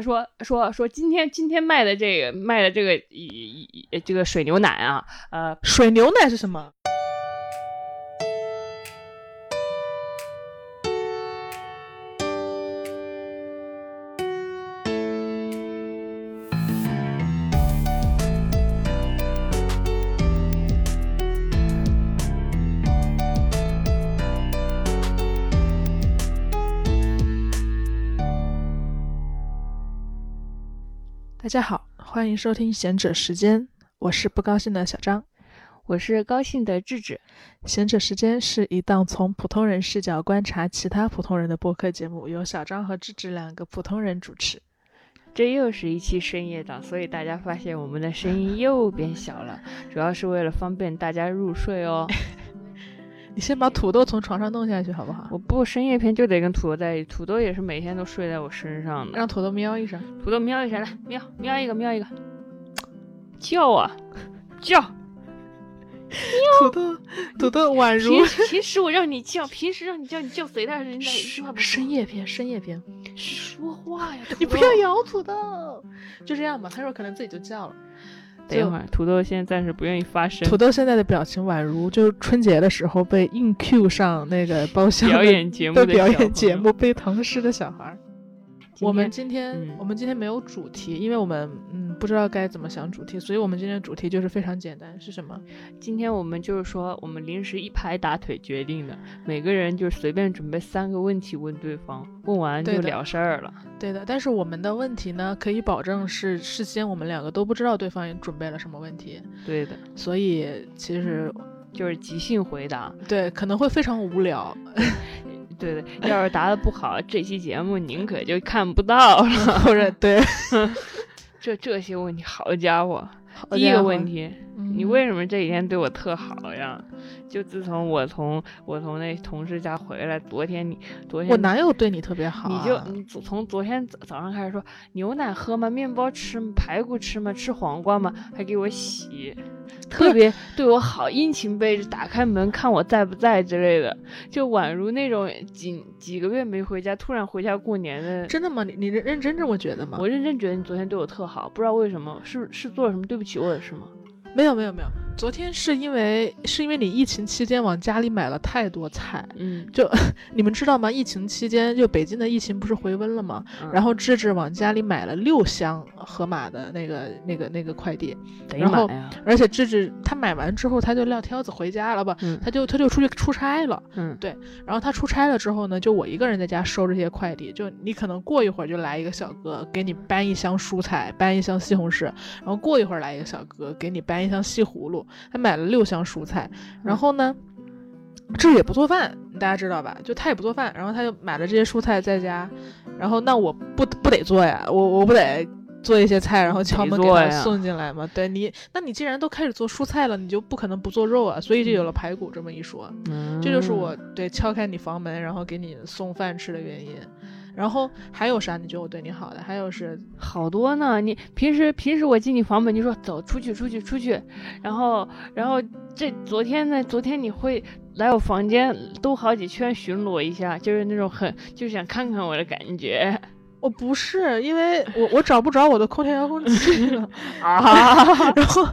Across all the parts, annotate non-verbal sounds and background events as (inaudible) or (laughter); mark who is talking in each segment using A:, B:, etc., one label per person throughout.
A: 他说说说今天今天卖的这个卖的这个一一一这个水牛奶啊，呃，
B: 水牛奶是什么？大家好，欢迎收听《贤者时间》，我是不高兴的小张。
A: 我是高兴的智智，
B: 《贤者时间》是一档从普通人视角观察其他普通人的播客节目，由小张和智智两个普通人主持。
A: 这又是一期深夜档，所以大家发现我们的声音又变小了，主要是为了方便大家入睡哦。
B: 你先把土豆从床上弄下去好不好？
A: 我不深夜片就得跟土豆在一起，土豆也是每天都睡在我身上的。
B: 让土豆喵一声。
A: 土豆喵一下来，喵喵一个，喵一个，叫啊叫。
B: 土豆，土豆宛如
A: 平时平时我让你叫，平时让你叫你叫贼大声，人家一句话不
B: 深夜片，深夜片。
A: 说话呀。
B: 你
A: 土
B: 不
A: 豆
B: 要咬土豆，就这样吧。他说可能自己就叫了。
A: 等一会儿，土豆现在暂时不愿意发声
B: 土，豆现在的表情宛如就是春节的时候被硬 Q 上那个包厢的
A: 表演节目
B: 的
A: 的
B: 表
A: 小朋
B: 演节
A: 友。
B: 目被疼失的小孩儿。
A: 今
B: 我们
A: 天
B: 今天、
A: 嗯
B: 我们今天没有主题，因为我们嗯不知道该怎么想主题，所以我们今天的主题就是非常简单，是什么？
A: 今天我们就是说，我们临时一拍打腿决定的，每个人就随便准备三个问题问对方，问完
B: 对
A: 就
B: 的
A: 了事儿了。
B: 对的，但是我们的问题呢，可以保证是事先我们两个都不知道对方也准备了什么问题，
A: 对的，
B: 所以其实
A: 就是即兴回答。
B: 对可能会非常无聊，
A: 对的，要是答的不好，这期节目您可就看不到了。 (laughs)
B: 或者对。 (laughs)
A: 这这些问题，好家伙！
B: 好
A: 第一
B: 家
A: 个
B: 伙
A: 问，题，
B: 嗯
A: 你为什么这几天对我特好呀？就自从我从我从那同事家回来，昨天你昨天
B: 我哪有对你特别好、
A: 你
B: 啊？
A: 就你昨从昨天早早上开始说牛奶喝吗？面包吃吗？排骨吃吗？吃黄瓜吗？还给我洗，特别对我好，殷勤背着打开门看我在不在之类的，就宛如那种几几个月没回家，突然回家过年的。
B: 真的吗？你你认认真这么觉得吗？
A: 我认真觉得你昨天对我特好，不知道为什么，是是做了什么对不起我的事吗？
B: 没有没有没有，昨天是因为是因为你疫情期间往家里买了太多菜，
A: 嗯，
B: 你们知道吗？疫情期间就北京的疫情不是回温了吗？
A: 嗯
B: 然后智智往家里买了六箱盒马的那个那个那个快递，
A: 得
B: 然后
A: 买呀，
B: 而且智智他买完之后他就撂挑子回家了吧，
A: 嗯
B: 他就他就出去出差了。
A: 嗯，
B: 然后他出差了之后呢，就我一个人在家收这些快递。就你可能过一会儿就来一个小哥给你搬一箱蔬菜，搬一箱西红柿，然后过一会儿来一个小哥给你搬一箱西葫芦。他买了六箱蔬
A: 嗯
B: 菜，然后呢，这也不做饭，大家知道吧？就他也不做饭，然后他就买了这些蔬菜在家，然后那我不不得做呀，我我不得。做一些菜，然后敲门给
A: 得做
B: 他
A: 呀
B: 送进来嘛。对你，那你既然都开始做蔬菜了，你就不可能不做肉啊，所以就有了排骨这么一说。
A: 嗯
B: 这就是我对敲开你房门，然后给你送饭吃的原因。然后还有啥？你觉得我对你好的？还有是，
A: 好多呢。你平时平时我进你房门就说走出去出去出去，然后然后这昨天呢，昨天你会来我房间兜好几圈巡逻一下，就是那种很就是想看看我的感觉
B: 我不是，因为我我找不着我的空调遥控器了。
A: (laughs) 啊。
B: (laughs) 然后，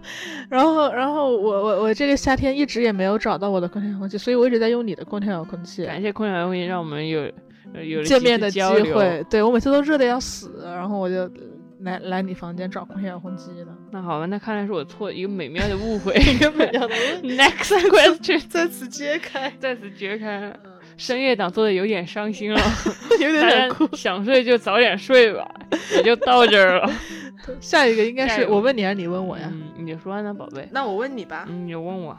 B: 然后，然后我我我这个夏天一直也没有找到我的空调遥控器，所以我一直在用你的空调遥控器。
A: 感谢空调微信让我们有呃有了
B: 见面的
A: 几
B: 机
A: 次交流。
B: 会，对我每次都热的要死，然后我就来来你房间找空调遥控器
A: (laughs)
B: 了。
A: 那好吧，那看来是我错一个美妙的误
B: (laughs)
A: 会。
B: 根本要
A: (laughs) Next question，
B: (laughs) 在此揭开，
A: 再次掘开。深夜党做的有点伤心
B: (laughs)
A: 了，
B: (laughs) 有点
A: 大家
B: 想哭。
A: 想睡就早点睡吧，也就到这儿了。
B: 下一个应该
A: 下
B: 是
A: 一个
B: 我问你还是你问我呀？啊
A: 嗯，你说呢，宝贝？
B: 那我问你吧，
A: 嗯，你问我，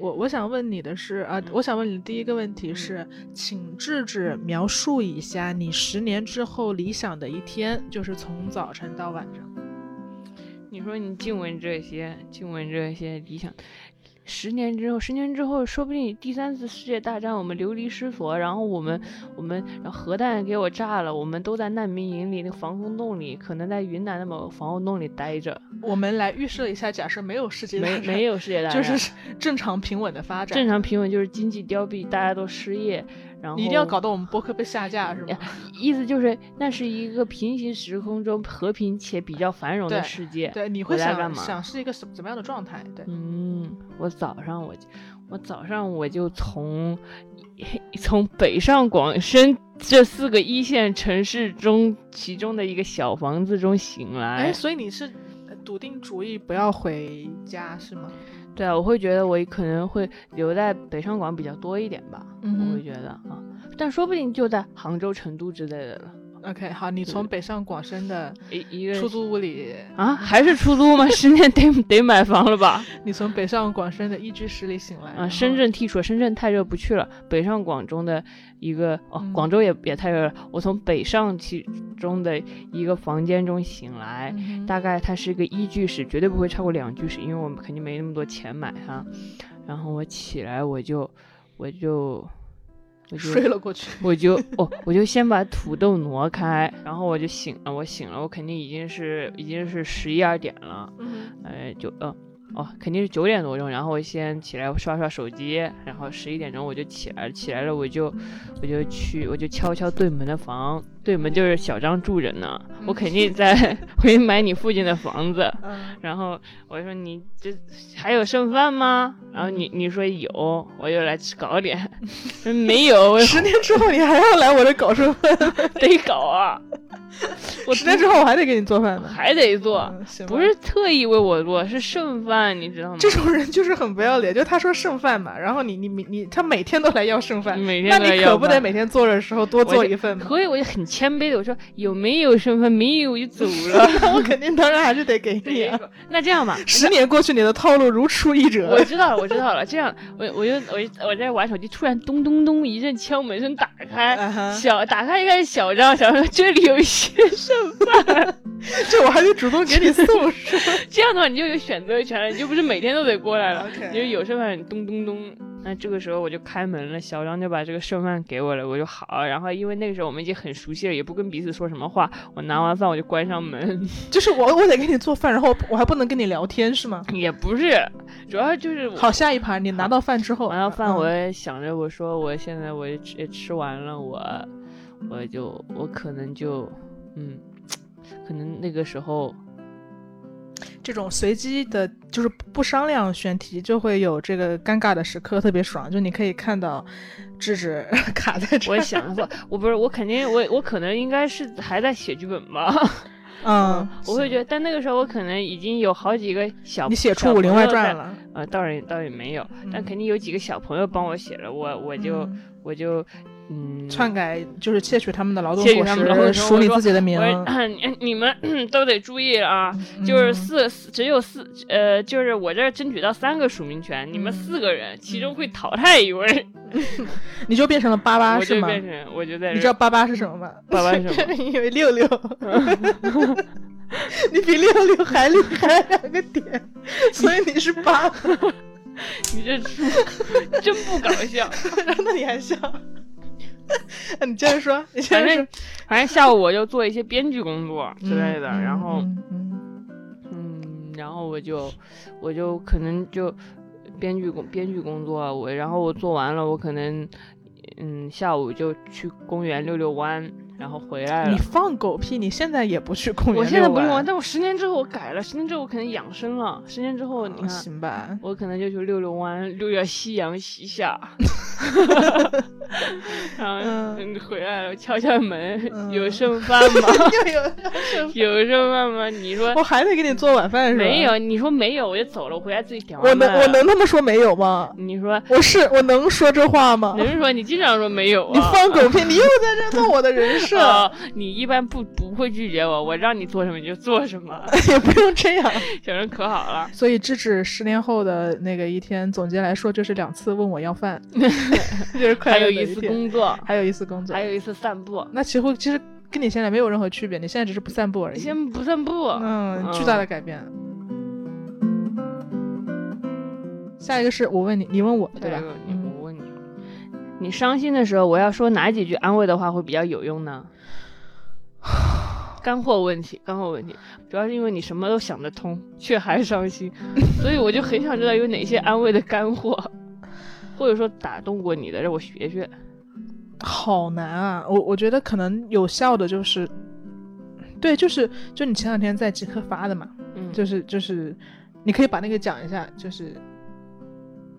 B: 我我想问你的是
A: 嗯
B: 啊，我想问你的第一个问题是，请智智描述一下你十年之后理想的一天，就是从早晨到晚上。
A: 你说你静问这些，静问这些理想，十年之后，十年之后，说不定第三次世界大战我们流离失所，然后我们我们然后核弹给我炸了，我们都在难民营里那个防空洞里，可能在云南的某个防空洞里待着，
B: 我们来预设一下，假设没有世界大
A: 没
B: 战， (laughs)
A: 没有世界大
B: 就
A: 战，
B: 是正常平稳的发展。
A: 正常平稳就是经济凋敝，大家都失业，然后
B: 你一定要搞得我们播客被下架 (laughs) 是吗？
A: 意思就是那是一个平行时空中和平且比较繁荣的
B: 对
A: 世界。
B: 对，你
A: 我
B: 会
A: 在干
B: 想
A: 嘛
B: 想是一个什怎么样的状态？对，
A: 嗯，我早上我就我早上我就从 (laughs) 从北上广深这四个一线城市中其中的一个小房子中醒来
B: 哎，。所以你是呃笃定主意不要回家是吗？
A: 对啊，我会觉得我可能会留在北上广比较多一点吧，
B: 嗯哼
A: 我会觉得啊，但说不定就在杭州、成都之类的了。
B: OK，好，你从北上广深的
A: 一一个人
B: 哎出租屋里，
A: 啊，还是出租吗？ (laughs) 十年得得买房了吧？
B: 你从北上广深的一居室里醒来嗯
A: 啊，深，圳剔除了，深圳太热不去了。北上广中的一个哦
B: 嗯，
A: 广州也也太热了。我从北上其中的一个房间中醒
B: 然
A: 来
B: 后，嗯哼 (laughs)
A: 大概它是一个一居室，绝对不会超过两居室，因为我们肯定没那么多钱买哈。然后我起来，我就我就我就
B: 睡了过去。
A: 我就哦，我就先把土豆挪开，然后我就醒了，我醒了，我肯定已经是已经是十一二点了。
B: 嗯
A: 呃，九呃，哦，肯定是九点多钟，然后我先起来刷刷手机，然后十一点钟我就起来了，起来了我就我就去我就敲敲对门的房，对门就是小张住着呢，我肯定在回买你附近的房子。
B: 嗯
A: 然后我说你这还有剩饭吗？然后你你说有，我又来吃搞点，说没有，我
B: 十年之后你还要来我这
A: (laughs)
B: 搞什么？
A: 得搞啊，我
B: 十年之后我还得给你做饭呢。
A: 还得做，
B: 嗯行吧
A: 不是特意为我做，是剩饭，你知道吗？
B: 这种人就是很不要脸，就他说剩饭嘛，然后你你你你他每天都来要剩饭，
A: 每
B: 那
A: 天都来
B: 你
A: 要
B: 可不得
A: 饭
B: 每天做的时候多
A: 就
B: 做一份吗？
A: 所以我就很谦卑的我说有没有身份？没有我就走
B: (laughs)
A: 了。
B: 那我肯定当然还是得给你啊。
A: 那这样吧，
B: 十年过去，你的套路如出一辙
A: 我。知道了，我知道了。这样，我我就我就我在玩手机，突然咚咚咚一阵敲门声打开，
B: 啊哈
A: 小打开一看是小张，小张说这里有一些剩饭。
B: 这我还得主动给你送是吧
A: 这样的话你就有选择权了，你就不是每天都得过来了
B: OK
A: (laughs) 你就有剩饭咚咚咚。那这个时候我就开门了，小张就把这个剩饭给我了，我就好。然后因为那个时候我们已经很熟悉了，也不跟彼此说什么话。我拿完饭我就关上门。
B: 就是我我得给你做饭，然后我还不能跟你聊天是吗？
A: (laughs) 也不是，主要就是我
B: 好，下一盘你拿到饭之后，
A: 完了饭，
B: 嗯
A: 我也想着我说我现在我也吃也吃完了，我我就我可能就嗯，可能那个时候
B: 这种随机的，就是不商量选题，就会有这个尴尬的时刻，特别爽。就你可以看到智智 (laughs) 卡在这
A: 我
B: 儿，
A: 想
B: (laughs)
A: 说，我不是我肯定我我可能应该是还在写剧本吧，
B: 嗯，
A: (laughs) 我会觉得，但那个时候我可能已经有好几个小
B: 你写出
A: 小
B: 《武林
A: 朋
B: 外
A: 友在
B: 传》了，
A: 啊，倒也倒也没有，但
B: 嗯
A: 肯定有几个小朋友帮我写了，我我就、
B: 嗯
A: 我就嗯
B: 篡改，就是窃取他们的劳动
A: 窃取
B: 果
A: 他们劳动
B: 实，署
A: 我
B: 你
A: 说
B: 自己的名啊
A: 我。 (laughs) 说你 (clears throat) 你们 (clears throat) 都得注意了啊，就是
B: 嗯
A: 四四只有四呃，就是我这儿争取到三个署名权，你们
B: 嗯
A: 四个人其中会淘汰一位，
B: 你就变成了巴巴
A: (laughs) 我
B: 嗯是
A: 就
B: 吗？
A: 变成我就在
B: 你知
A: 这
B: 道
A: 儿
B: 巴巴是什么吗？ (laughs)
A: 爸爸是什么？
B: 你以为六
A: (laughs)
B: 六，你比六六还厉害两个点，所以你是八。
A: 你这出真不搞笑。 (laughs)
B: 然后 (laughs) 那你还笑？啊你接着说，你接
A: 反
B: 着
A: 正
B: 说
A: 反正下午我就做一些编剧工作之类的，
B: 嗯
A: 然后
B: 嗯嗯
A: 嗯，然后我就我就可能就编剧工编剧工作，我然后我做完了，我可能嗯下午就去公园溜溜弯，然后回来了。
B: 你放狗屁！你现在也不去公园遛
A: 哎我
B: 弯，
A: 现在不用玩，但我十年之后我改了，十年之后我可能养生了，十年之后你
B: 哦
A: 看，
B: 行吧？
A: 我可能就去溜溜弯，溜溜夕阳西
B: (laughs)
A: 下，然后、
B: 嗯
A: 回来了敲敲门，
B: 嗯
A: 有剩饭吗？ (laughs)
B: 又有，
A: 有剩饭吗？你说
B: 我还得给你做晚饭是吧？
A: 没，有，你说没有，我就走了，我回家自己点
B: 我
A: 外卖
B: 能
A: 了。
B: 我能他妈说没有吗？
A: 你说，
B: 我是我能说这话吗？
A: 人家说你经常说没有啊？
B: 你放啊狗屁！你又在这做我的人设，
A: 哦你一般不不会拒绝我，我让你做什么你就做什么。
B: (laughs)
A: (laughs)
B: 也不用这样。
A: 小人可好了，
B: 所以智智十年后的那个一天，总结来说就是两次问我
A: (laughs)
B: 要饭， (laughs) 就是快
A: 还
B: 乐
A: 有
B: 的
A: 一
B: 一
A: 次
B: 天，
A: 工作，
B: 还有一次工作
A: 还。有一次散步，
B: 那其实其实跟你现在没有任何区别，你现在只是不散步而已。
A: 先不散步。
B: 嗯，
A: 嗯
B: 巨大的改变。下一个是我问你，你问我，对吧
A: 下一个？你
B: 嗯
A: 我问你，你伤心的时候，我要说哪几句安慰的话会比较有用呢？干货问题，干货问题，主要是因为你什么都想得通，却还伤
B: (laughs)
A: 心，所以我就很想知道有哪些安慰的干货，或者说打动过你的，让我学学。
B: 好难啊！我我觉得可能有效的就是，对，就是就你前两天在极客发的嘛，
A: 嗯，
B: 就是就是，你可以把那个讲一下，就是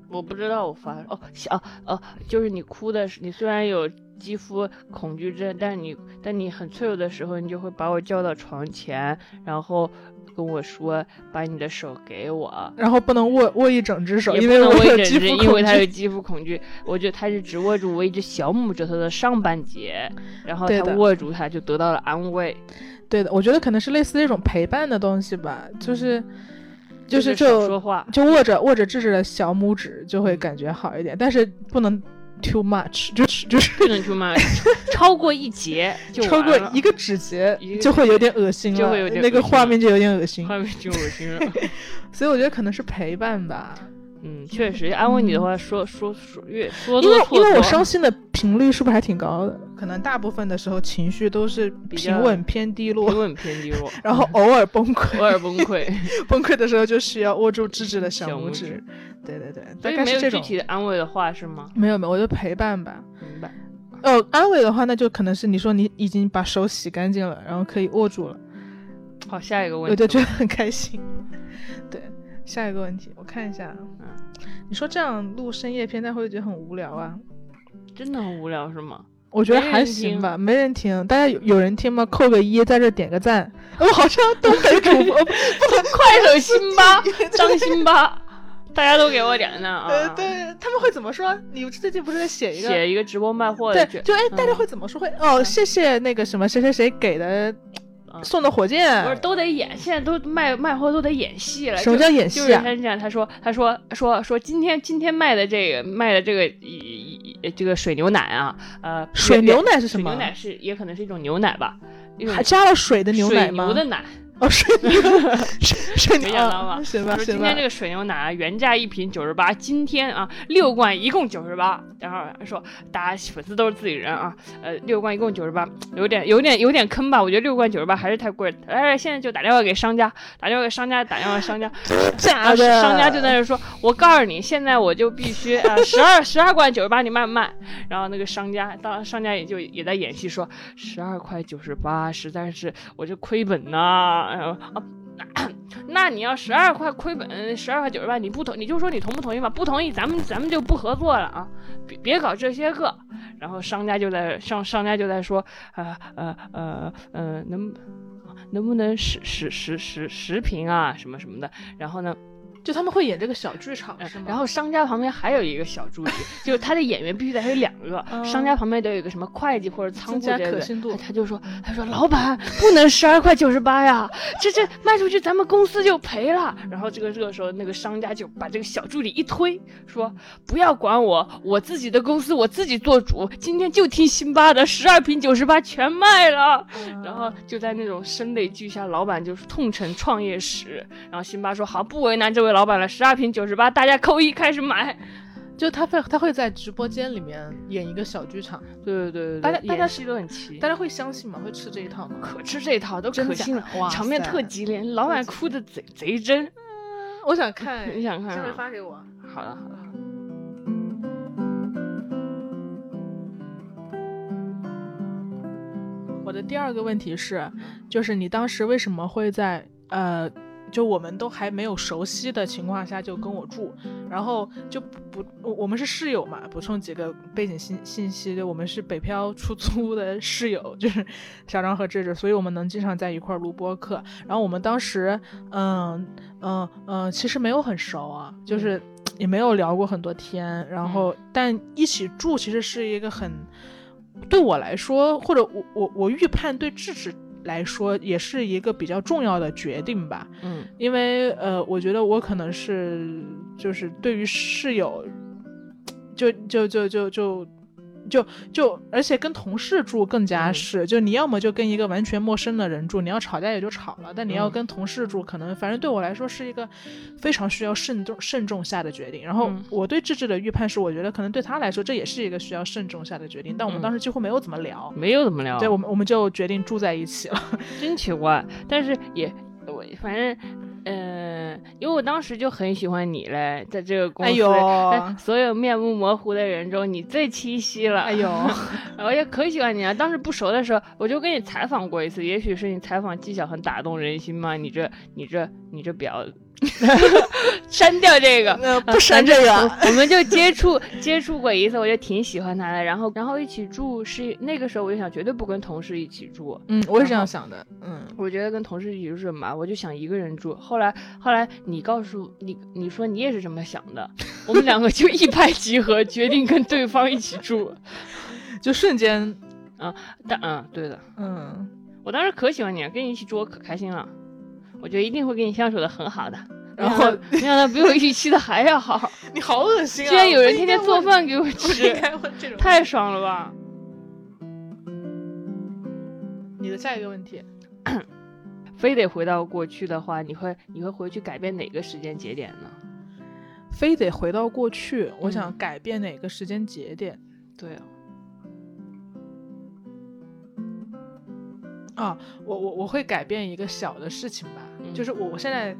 A: 我不知道我发哦是哦哦，就是你哭的时，你虽然有肌肤恐惧症，但你但你很脆弱的时候，你就会把我叫到床前，然后跟我说把你的手给我。
B: 然后不能握握一整只手，
A: 也
B: 因
A: 不
B: 为
A: 能
B: 我
A: 我
B: 有
A: 一
B: 肌
A: 整只，
B: 肤
A: 因为
B: 恐
A: 他有
B: 惧。
A: 肌肤恐惧。我觉得他是只握住我一只小拇指头的上半截，然后
B: 对
A: 他
B: 的
A: 握住它就得到了安慰。
B: 对的，我觉得可能是类似这种陪伴的东西吧，就是就是
A: 嗯是少
B: 就
A: 说话，
B: 就握着握着智智的小拇指就会感觉好一点，但是不能 too much，就是就是
A: 不能出卖，超过一节就
B: 超过
A: 完了
B: 一个指节
A: 一个
B: 就会有点恶心了，
A: 就会有点
B: 那个
A: 恶心
B: 画
A: 了
B: 面就有点恶心，
A: 画面就恶心了。
B: 所以我觉得可能是陪伴吧，
A: 嗯，确实安慰你的话，说说说越说
B: 因
A: 多
B: 为
A: 错
B: 因
A: 多。
B: 为我伤心的频率是不是还挺高的？可能大部分的时候情绪都是
A: 比
B: 平
A: 较
B: 稳偏低
A: 平
B: 落，
A: 稳偏低落，
B: 然后偶尔崩
A: (laughs) 偶
B: 溃，
A: 尔崩
B: (laughs)
A: 溃，
B: 崩溃的时候就需要握住智智的小
A: 小拇
B: 指
A: 指，
B: 对对对，
A: 所
B: 大
A: 以
B: 概
A: 没
B: 是
A: 有
B: 这
A: 具
B: 种。
A: 体的安慰的话是吗？
B: 没有没有，我就陪伴吧。
A: 明白。
B: 哦，安慰的话，那就可能是你说你已经把手洗干净了，然后可以握住了，
A: 好，下一个问
B: 我
A: 题。
B: 呃就觉得很开心。 (laughs) 对，下一个问题，我看一下。啊
A: 嗯，
B: 你说这样录深夜片，大家会觉得很无聊啊？
A: 真的很无聊是吗？
B: 我觉得
A: 没
B: 还
A: 人
B: 行
A: 听
B: 吧，没人听。大家有有人听吗？扣个一，在这点个赞。我好像东北主播， (laughs) 不不能
A: 快手辛巴，张辛巴，大家都给我点赞
B: 呃，
A: 啊！，
B: 对他们会怎么说？你最近不是在写一个？
A: 写一个直播卖货的
B: 对，
A: 卷，
B: 就哎，大家
A: 嗯
B: 会怎么说？会哦，谢谢那个什么谁谁谁给的
A: 嗯
B: 送的火箭。
A: 不是都得演，现在都卖卖货都得演戏了。
B: 什么
A: 就
B: 叫演
A: 就
B: 戏
A: 是
B: 啊
A: 他？是这样，他说，他说，说说今天今天卖的这个卖的这个一一这个水牛奶啊，呃，
B: 水
A: 也
B: 牛奶是
A: 水
B: 什么
A: 牛？奶是也可能是一种牛奶吧，一种
B: 还加了水的牛奶
A: 水
B: 吗
A: 牛？的奶。
B: 哦，水
A: (laughs)
B: 牛，水水
A: 没
B: 牛
A: 想到吧
B: 啊，行吧
A: 他说今
B: 行吧
A: 天这。个水牛奶啊，原价一瓶九十八，今天啊六罐一共九十八。然后说大家粉丝都是自己人啊，呃六罐一共九十八，有点有点有点坑吧？我觉得六罐九十八还是太贵了。来来，现在就打电话给商家，打电话给商家，打电话给商家，
B: 假
A: 然后
B: 的，
A: 商家就在那说：“我告诉你，现在我就必须啊，十二十二块九十八，你卖不卖？”然后那个商家，当商家也就也在演戏说：“十二块九十八，实在是我这亏本呐、然后啊。咳那你要十二块亏本，十二块九十八，你不同你就说你同不同意吧？不同意，咱们咱们就不合作了啊！别别搞这些个。然后商家就在商商家就在说，呃呃呃呃，能能不能十十十十十瓶啊，什么什么的。然后呢，
B: 就他们会演这个小剧场
A: 嗯
B: 是吗？
A: 然后商家旁边还有一个小助理，就是他的演员必须得还有两个，商
B: 嗯
A: 家旁边得有一个什么会计或者仓
B: 增
A: 库
B: 加
A: 之类
B: 可
A: 的
B: 信度
A: 他他就说，他说老板不能十二块九十八呀，这这卖出去咱们公司就赔了。然后这个这个时候，那个商家就把这个小助理一推，说不要管我，我自己的公司我自己做主，今天就听辛巴的，十二瓶九十八全卖了。
B: 嗯
A: 然后就在那种声泪俱下，老板就是痛陈创业史。然后辛巴说：“好，不为难这位老板了，十二瓶九十八，大家扣一开始买。
B: 嗯就他会他会在直播间里面演一个小剧场，”
A: 对对对，
B: 大家大家
A: 戏都很齐，
B: 大家会相信吗？会吃这一套吗？
A: 可吃这一套，都
B: 真
A: 可
B: 假
A: 信了，
B: 哇
A: 场面
B: 塞
A: 特激烈，老板哭的贼贼真。
B: 我想看，
A: (laughs) 你想看
B: 下
A: 啊
B: 回发给我。
A: 好了好了，
B: 我的第二个问题是，就是你当时为什么会在呃，就我们都还没有熟悉的情况下就跟我住，然后就不我我们是室友嘛？补充几个背景信信息，就我们是北漂出租的室友，就是 (laughs) 小张和智智，所以我们能经常在一块儿录播课。然后我们当时嗯嗯嗯，其实没有很熟啊，就是也没有聊过很多天，然后但一起住其实是一个很。对我来说，或者我我我预判对智智来说，也是一个比较重要的决定吧。
A: 嗯
B: 因为呃，我觉得我可能是就是对于室友，就就就就就就就，而且跟同事住更加
A: 嗯
B: 是，就你要么就跟一个完全陌生的人住，你要吵架也就吵了，但你要
A: 嗯
B: 跟同事住，可能反正对我来说是一个非常需要慎重慎重下的决定。然后
A: 嗯
B: 我对智智的预判是，我觉得可能对他来说这也是一个需要慎重下的决定，但我
A: 嗯
B: 们当时几乎没有怎么聊。
A: 没有怎么聊，
B: 对我们，我们就决定住在一起了。
A: 真奇怪，但是也我反正。嗯，因为我当时就很喜欢你嘞，在这个公司，
B: 哎呦
A: 在所有面目模糊的人中，你最清晰了。
B: 哎呦，
A: (laughs) 我也可喜欢你了。啊当时不熟的时候，我就跟你采访过一次，也许是你采访技巧很打动人心嘛。你这、你这、你这
B: (laughs)
A: 表，删掉这个。啊
B: 呃， (laughs) 不删这个，
A: 我们就接触接触过一次，我就挺喜欢他的。然后，然后一起住是那个时候，我就想绝对不跟同事一起住。
B: 嗯，我是这样想的，嗯，
A: 我觉得跟同事一起住是很麻烦，我就想一个人住。后来，后来你告诉你，你说你也是这么想的，我们两个就一拍即合，决定跟对方一起住。 (laughs)
B: 嗯就瞬间，
A: 但嗯，对的，
B: 嗯，
A: 我当时可喜欢你了，跟你一起住我可开心了，我觉得一定会跟你相处的很好的。然 (laughs) 后没想到比我预期的还要 (laughs) 好，
B: 你好恶心啊
A: 居然有人天天做，饭啊给我吃，
B: 问这种
A: 太爽了吧！
B: 你的下一个问题，
A: 非得回到过去的话，你会你会回去改变哪个时间节点呢？
B: 非得回到过去，我
A: 嗯
B: 想改变哪个时间节点？
A: 对啊，
B: 啊，我我我会改变一个小的事情吧，
A: 嗯
B: 就是我我现在、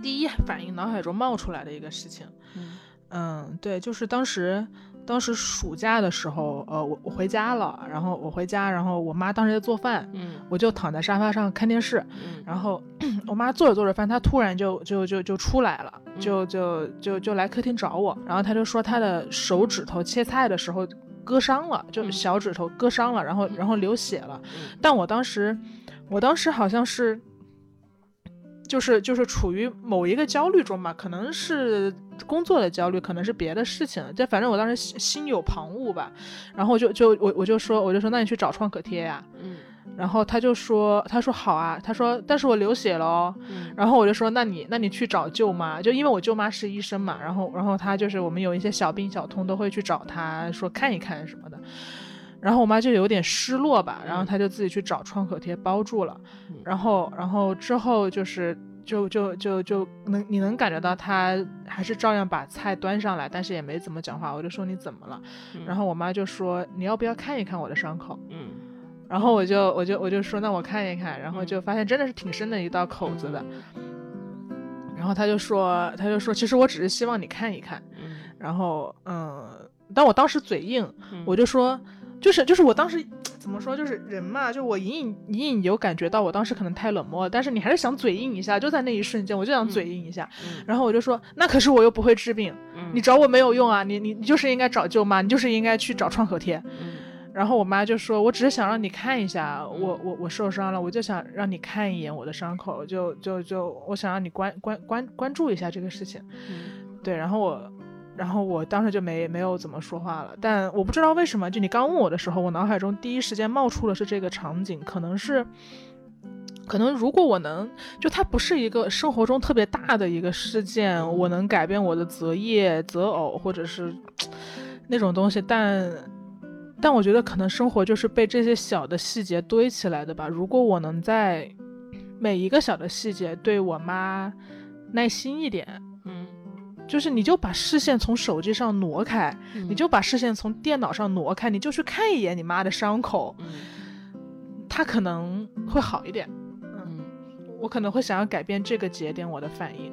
B: 第一反应脑海中冒出来的一个事情，
A: 嗯
B: 嗯，对，就是当时当时暑假的时候，呃，我我回家了，然后我回家，然后我妈当时在做饭，
A: 嗯
B: 我就躺在沙发上看电视，
A: 嗯
B: 然后 (clears throat) 我妈做着做着饭，她突然就就就就出来了，
A: 嗯
B: 就就就就来客厅找我，然后她就说她的手指头切菜的时候割伤了，就
A: 嗯
B: 小指头割伤了，然后
A: 嗯
B: 然后流血了。
A: 嗯
B: 但我当时，我当时好像是，就是就是处于某一个焦虑中吧，可能是工作的焦虑，可能是别的事情，但反正我当时心心有旁骛吧。然后我就就我我就说我就说那你去找创可贴呀、
A: 嗯
B: 然后他就说他说好啊，他说但是我流血了哦。
A: 嗯
B: 然后我就说，那你那你去找舅妈，就因为我舅妈是医生嘛，然后然后她就是我们有一些小病小痛都会去找她说看一看什么的。然后我妈就有点失落吧，然后
A: 嗯
B: 她就自己去找创可贴包住了
A: 嗯，
B: 然后然后之后就是就就就就能你能感觉到她还是照样把菜端上来，但是也没怎么讲话。我就说你怎么了？
A: 嗯
B: 然后我妈就说你要不要看一看我的伤口？
A: 嗯
B: 然后我就我就我就说那我看一看，然后就发现真的是挺深的一道口子的。然后他就说他就说其实我只是希望你看一看。
A: 嗯
B: 然后嗯，但我当时嘴硬，
A: 嗯
B: 我就说就是就是我当时怎么说就是人嘛，就我隐隐隐隐有感觉到我当时可能太冷漠了，但是你还是想嘴硬一下，就在那一瞬间我就想嘴硬一下。
A: 嗯
B: 然后我就说那可是我又不会治病，
A: 嗯
B: 你找我没有用啊，你你你就是应该找舅妈，你就是应该去找创可贴。
A: 嗯
B: 然后我妈就说：“我只是想让你看一下，我我我受伤了，我就想让你看一眼我的伤口，就就就我想让你关关关关注一下这个事情。
A: 嗯”
B: 对，然后我，然后我当时就没没有怎么说话了。但我不知道为什么，就你刚问我的时候，我脑海中第一时间冒出的是这个场景，可能是。可能如果我能，就它不是一个生活中特别大的一个事件，我能改变我的择业、择偶或者是那种东西，但但我觉得可能生活就是被这些小的细节堆起来的吧。如果我能在每一个小的细节对我妈耐心一点，
A: 嗯
B: 就是你就把视线从手机上挪开，
A: 嗯
B: 你就把视线从电脑上挪开，你就去看一眼你妈的伤口，
A: 嗯
B: 她可能会好一点。
A: 嗯，
B: 我可能会想要改变这个节点我的反应。，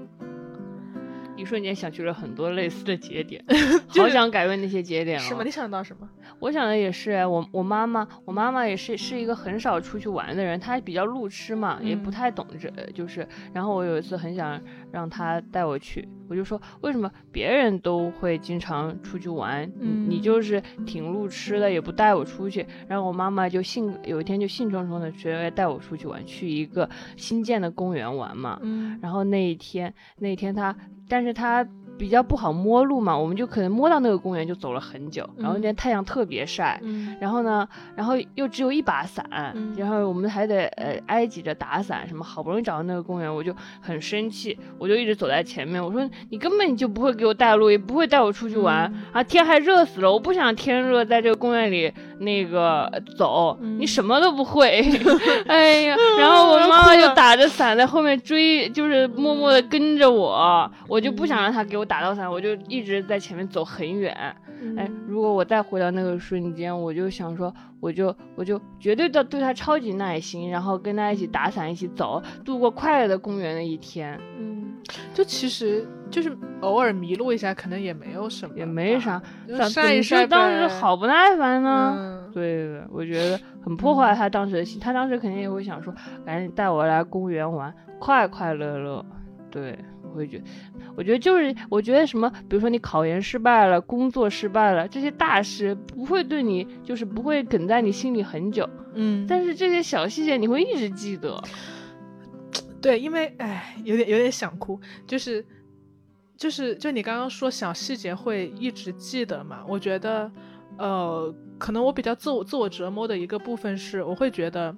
A: 一瞬间想去了很多类似的节点
B: (laughs) 就
A: 好
B: 是
A: 想改变那些节点
B: 是吗？
A: 哦
B: 你想到什么？
A: 我想的也是，哎我我妈妈，我妈妈也是是一个很少出去玩的人，她比较路痴嘛，也不
B: 嗯
A: 太懂这就是。然后我有一次很想让她带我去，我就说为什么别人都会经常出去玩，你你
B: 嗯
A: 就是挺路痴的，也不带我出去。然后我妈妈就兴有一天就兴冲冲的直接带我出去玩，去一个新建的公园玩嘛。
B: 嗯
A: 然后那一天，那一天他，但是他比较不好摸路嘛，我们就可能摸到那个公园就走了很久。然后那天太阳特别晒，
B: 嗯
A: 然后呢，然后又只有一把伞，
B: 嗯
A: 然后我们还得呃挨挤着打伞什么。好不容易找到那个公园，我就很生气，我就一直走在前面，我说你根本就不会给我带路，也不会带我出去玩。
B: 嗯
A: 啊，天还热死了！我不想天热在这个公园里那个走，
B: 嗯
A: 你什么都不
B: (laughs)
A: 会。哎呀，然后我妈妈就打着伞在后面追，就是默默的跟着我，我就不
B: 嗯
A: 想让她给我打到伞，我就一直在前面走很远。
B: 嗯
A: 哎，如果我再回到那个瞬间，我就想说，我就我就绝对的对她超级耐心，然后跟她一起打伞，一起走，度过快乐的公园的一天。
B: 嗯，就其实就是偶尔迷路一下，可能也没有什么，
A: 也没啥，
B: 就
A: 但
B: 晒一
A: 本
B: 晒
A: 身当时
B: 呗
A: 好不耐烦呢。
B: 嗯，
A: 对对，我觉得很破坏他当时的心。他当时肯定也会想说，赶紧带我来公园玩，快快乐乐。对，我会觉得，我觉得就是，我觉得什么，比如说你考研失败了，工作失败了，这些大事不会对你，就是不会梗在你心里很久，
B: 嗯，
A: 但是这些小细节你会一直记得。
B: 对，因为哎，有点有点想哭，就是就是就你刚刚说小细节会一直记得嘛，我觉得呃，可能我比较自我自我折磨的一个部分是，我会觉得。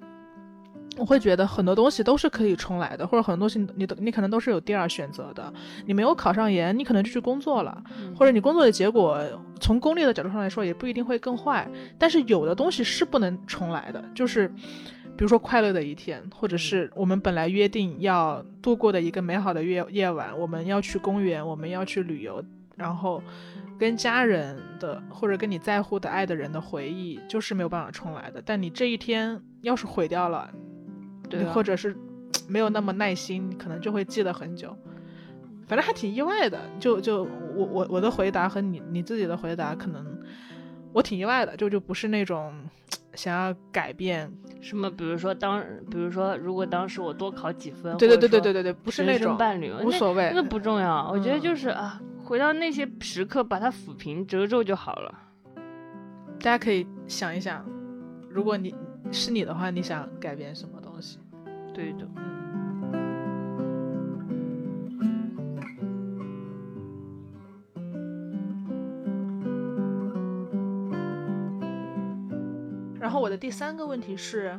B: 我会觉得很多东西都是可以重来的，或者很多东西你都你可能都是有第二选择的。你没有考上研，你可能就去工作了，
A: 嗯
B: 或者你工作的结果从功利的角度上来说也不一定会更坏。但是有的东西是不能重来的，就是比如说快乐的一天，或者是我们本来约定要度过的一个美好的夜夜晚，我们要去公园，我们要去旅游，然后跟家人的或者跟你在乎的爱的人的回忆，就是没有办法重来的。但你这一天要是毁掉了，
A: 对
B: 你
A: 啊
B: 或者是没有那么耐心，你可能就会记得很久。反正还挺意外的，就就我我我的回答和你你自己的回答，可能我挺意外的，就就不是那种想要改变，
A: 什么，比如说当，比如说如果当时我多考几分，
B: 对对对对
A: 对，
B: 对对对，不
A: 不
B: 是那种
A: 伴侣，
B: 无
A: 那
B: 所谓
A: 那，个不重要，我觉得
B: 嗯
A: 就是啊，回到那些时刻，把它抚平、折皱就好了。
B: 大家可以想一想，如果你是你的话，你想改变什么东西？嗯
A: 对的，
B: 然后我的第三个问题是，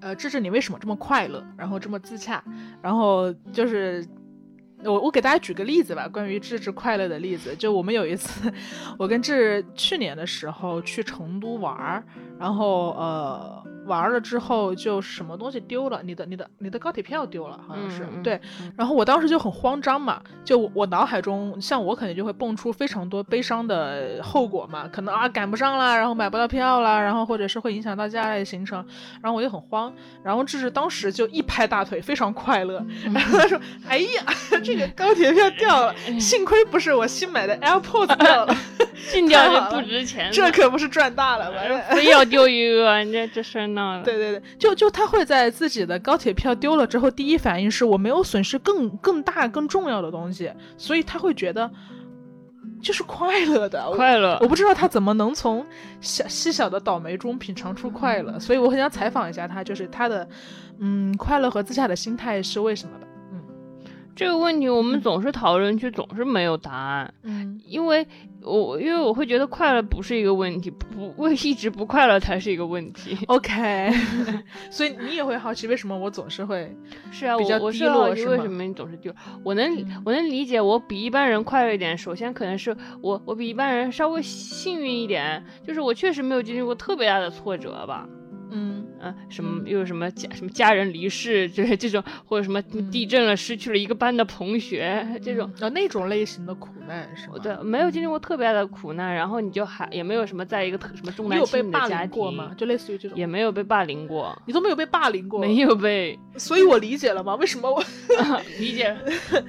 B: 呃，芝芝，你为什么这么快乐，然后这么自洽，然后就是。我我给大家举个例子吧，关于智智快乐的例子。就我们有一次，我跟智去年的时候去成都玩儿，然后呃玩了之后就什么东西丢了，你的你的你的高铁票丢了，好像是、
A: 嗯嗯嗯
B: 对。然后我当时就很慌张嘛，就我我脑海中像我肯定就会蹦出非常多悲伤的后果嘛，可能啊赶不上啦，然后买不到票啦，然后或者是会影响到接下来的行程，然后我就很慌，然后智智当时就一拍大腿，非常快乐，然 (laughs) 后他说：“哎呀， (laughs) 这个高铁票掉了，幸亏不是我新买的 AirPods 掉了，
A: (laughs) 禁掉
B: 太好
A: 是
B: 了
A: 不值钱的，
B: 这可不是赚大了吗？”
A: 非要丢一个，你这这事儿闹的。
B: 对对对，就就他会在自己的高铁票丢了之后，第一反应是我没有损失更更大更重要的东西，所以他会觉得就是快乐的。我
A: 快乐
B: 我，不知道他怎么能从小细小的倒霉中品尝出快乐，所以我很想采访一下他，就是他的嗯快乐和自洽的心态是为什么的？
A: 这个问题我们
B: 嗯
A: 总是讨论去，总是没有答案，
B: 嗯
A: 因为我因为我会觉得快乐不是一个问题，不 (laughs) 我一直不快乐才是一个问题。
B: ，OK，所以 (laughs) 你也会好奇为什么我总是会
A: 是啊，
B: 比较
A: 我我
B: 低
A: 是
B: 落
A: 好奇
B: 是
A: 为
B: 吗
A: 什么你总是丢。我能理
B: 嗯
A: 我能理解，我比一般人快乐一点。首先可能是我我比一般人稍微幸运一点，就是我确实没有经历过特别大的挫折吧。
B: 嗯
A: 啊，什么又有什么家什么家人离世，就是这种，或者什么
B: 嗯
A: 地震了失去了一个班的同学这种。
B: 啊、那种类型的苦难是吗？
A: 对，没有经
B: 嗯
A: 历过特别大的苦难，然后你就还也没有什么在一个特什么重
B: 你
A: 男
B: 有
A: 轻
B: 被
A: 女的
B: 霸
A: 家
B: 凌过
A: 庭，
B: 吗？就类似于这种，
A: 也没有被霸凌过，
B: 你都没有被霸凌过，
A: 没有被 (laughs)
B: 所以我理解了嘛，为什么我
A: 理解，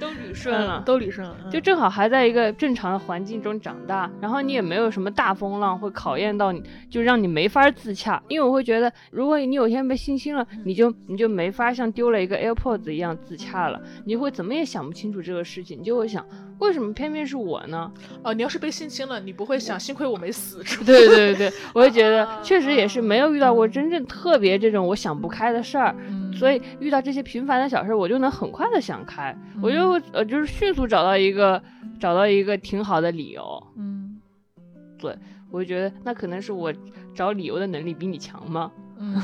A: 都捋顺
B: (laughs)
A: 了，
B: 都理顺了，嗯
A: 就正好还在一个正常的环境中长大，然后你也没有什么大风浪会考验到你，就让你没法自洽。因为我会觉得，如果你有一天被性侵了，你
B: 嗯
A: 就你就没法像丢了一个 AirPods 一样自洽了，你会怎么也想不清楚这个事情，你就会想，为什么偏偏是我呢？ (laughs)
B: 哦，你要是被性侵了，你不会想幸亏我没死，是吧？
A: 对对对，我会觉得
B: 啊
A: 确实也是没有遇到过
B: 嗯
A: 真正特别这种我想不开的事儿，所以遇到这些平凡的小事，我就能很快的想开，我就
B: 嗯
A: 呃就是迅速找到一个找到一个挺好的理由。
B: 嗯
A: 我就觉得那可能是我找理由的能力比你强吗？
B: 嗯，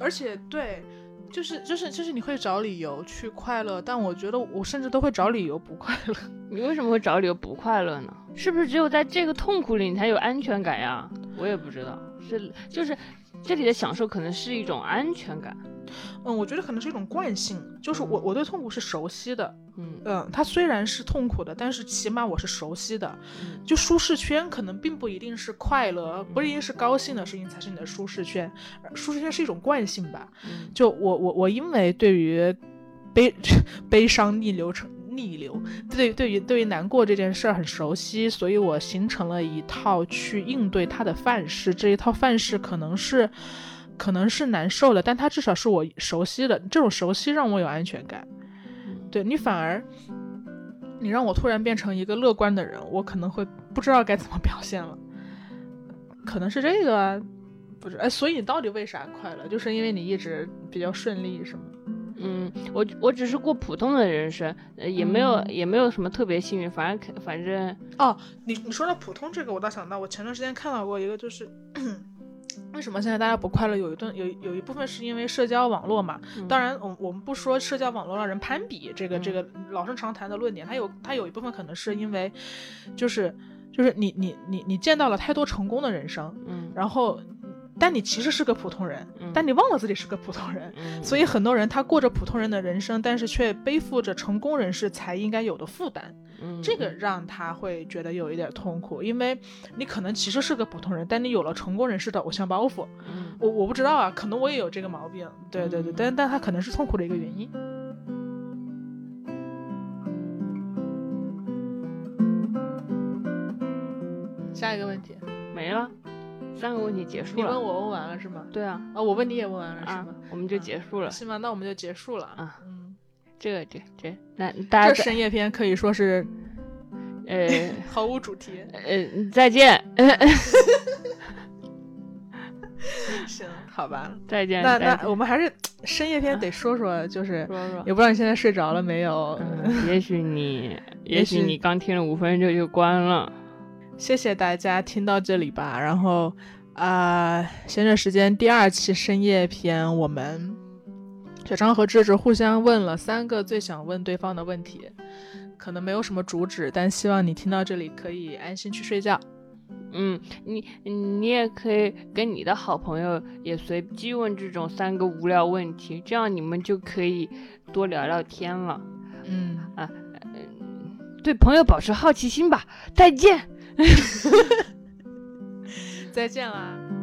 B: 而且对。就是就是就是你会找理由去快乐，但我觉得我甚至都会找理由不快乐。 (laughs)
A: 你为什么会找理由不快乐呢？是不是只有在这个痛苦里你才有安全感呀？我也不知道，是就是这里的享受可能是一种安全感。
B: 嗯，我觉得可能是一种惯性，就是我我对痛苦是熟悉的，
A: 嗯，
B: 嗯，它虽然是痛苦的，但是起码我是熟悉的。
A: 嗯
B: 就舒适圈可能并不一定是快乐，不一定是高兴的事情才是你的舒适圈，呃舒适圈是一种惯性吧。
A: 嗯
B: 就我我我因为对于悲 (laughs) 悲伤逆流成逆流。对，对于对于难过这件事儿很熟悉，所以我形成了一套去应对它的范式。这一套范式可能是可能是难受的，但它至少是我熟悉的。这种熟悉让我有安全感。对你反而，你让我突然变成一个乐观的人，我可能会不知道该怎么表现了。可能是这个啊，不是？哎，所以你到底为啥快乐？就是因为你一直比较顺利，是吗？
A: 嗯，我我只是过普通的人生，呃也没有、
B: 嗯
A: 也没有什么特别幸运，反正反正
B: 哦，你你说到普通这个，我倒想到，我前段时间看到过一个，就是 (clears throat) 为什么现在大家不快乐？有一段有有一部分是因为社交网络嘛。当然，我我们不说社交网络让人攀比，这个
A: 嗯
B: 这个老生常谈的论点，它有它有一部分可能是因为，就是就是你你你你见到了太多成功的人生，
A: 嗯
B: 然后但你其实是个普通人，
A: 嗯
B: 但你忘了自己是个普通人。
A: 嗯，
B: 所以很多人他过着普通人的人生，但是却背负着成功人士才应该有的负担。
A: 嗯
B: 这个让他会觉得有一点痛苦，因为你可能其实是个普通人，但你有了成功人士的偶像包袱。
A: 嗯
B: 我我不知道啊，可能我也有这个毛病。对对对，
A: 嗯
B: 但但他可能是痛苦的一个原因。下一个问题，
A: 没了，三个问题结束
B: 你问
A: 了。
B: 我问完了是吗？
A: 对啊
B: 啊、我问你也问完了是
A: 啊
B: 吗？，
A: 我们就结束了。
B: 行吧，那我们就结束了
A: 啊。
B: 嗯，
A: 这个这这，那大家再
B: 这深夜篇可以说是
A: 呃
B: 毫无主题。
A: 呃再见
B: 行，好吧。
A: 再见，
B: 那
A: 再
B: 那
A: 见
B: 我们还是深夜篇
A: 啊
B: 得说说，就是
A: 嗯说说。
B: 也不知道你现在睡着了没有。
A: 嗯，也许你，
B: 也
A: 也许
B: 许
A: 你刚听了五分钟就关了。
B: 谢谢大家听到这里吧，然后啊、呃闲着时间第二期深夜篇，我们小张和智智互相问了三个最想问对方的问题，可能没有什么主旨，但希望你听到这里可以安心去睡觉。
A: 嗯，你你也可以跟你的好朋友也随机问这种三个无聊问题，这样你们就可以多聊聊天了。
B: 嗯，
A: 对朋友保持好奇心吧。再见。
B: 再见啦。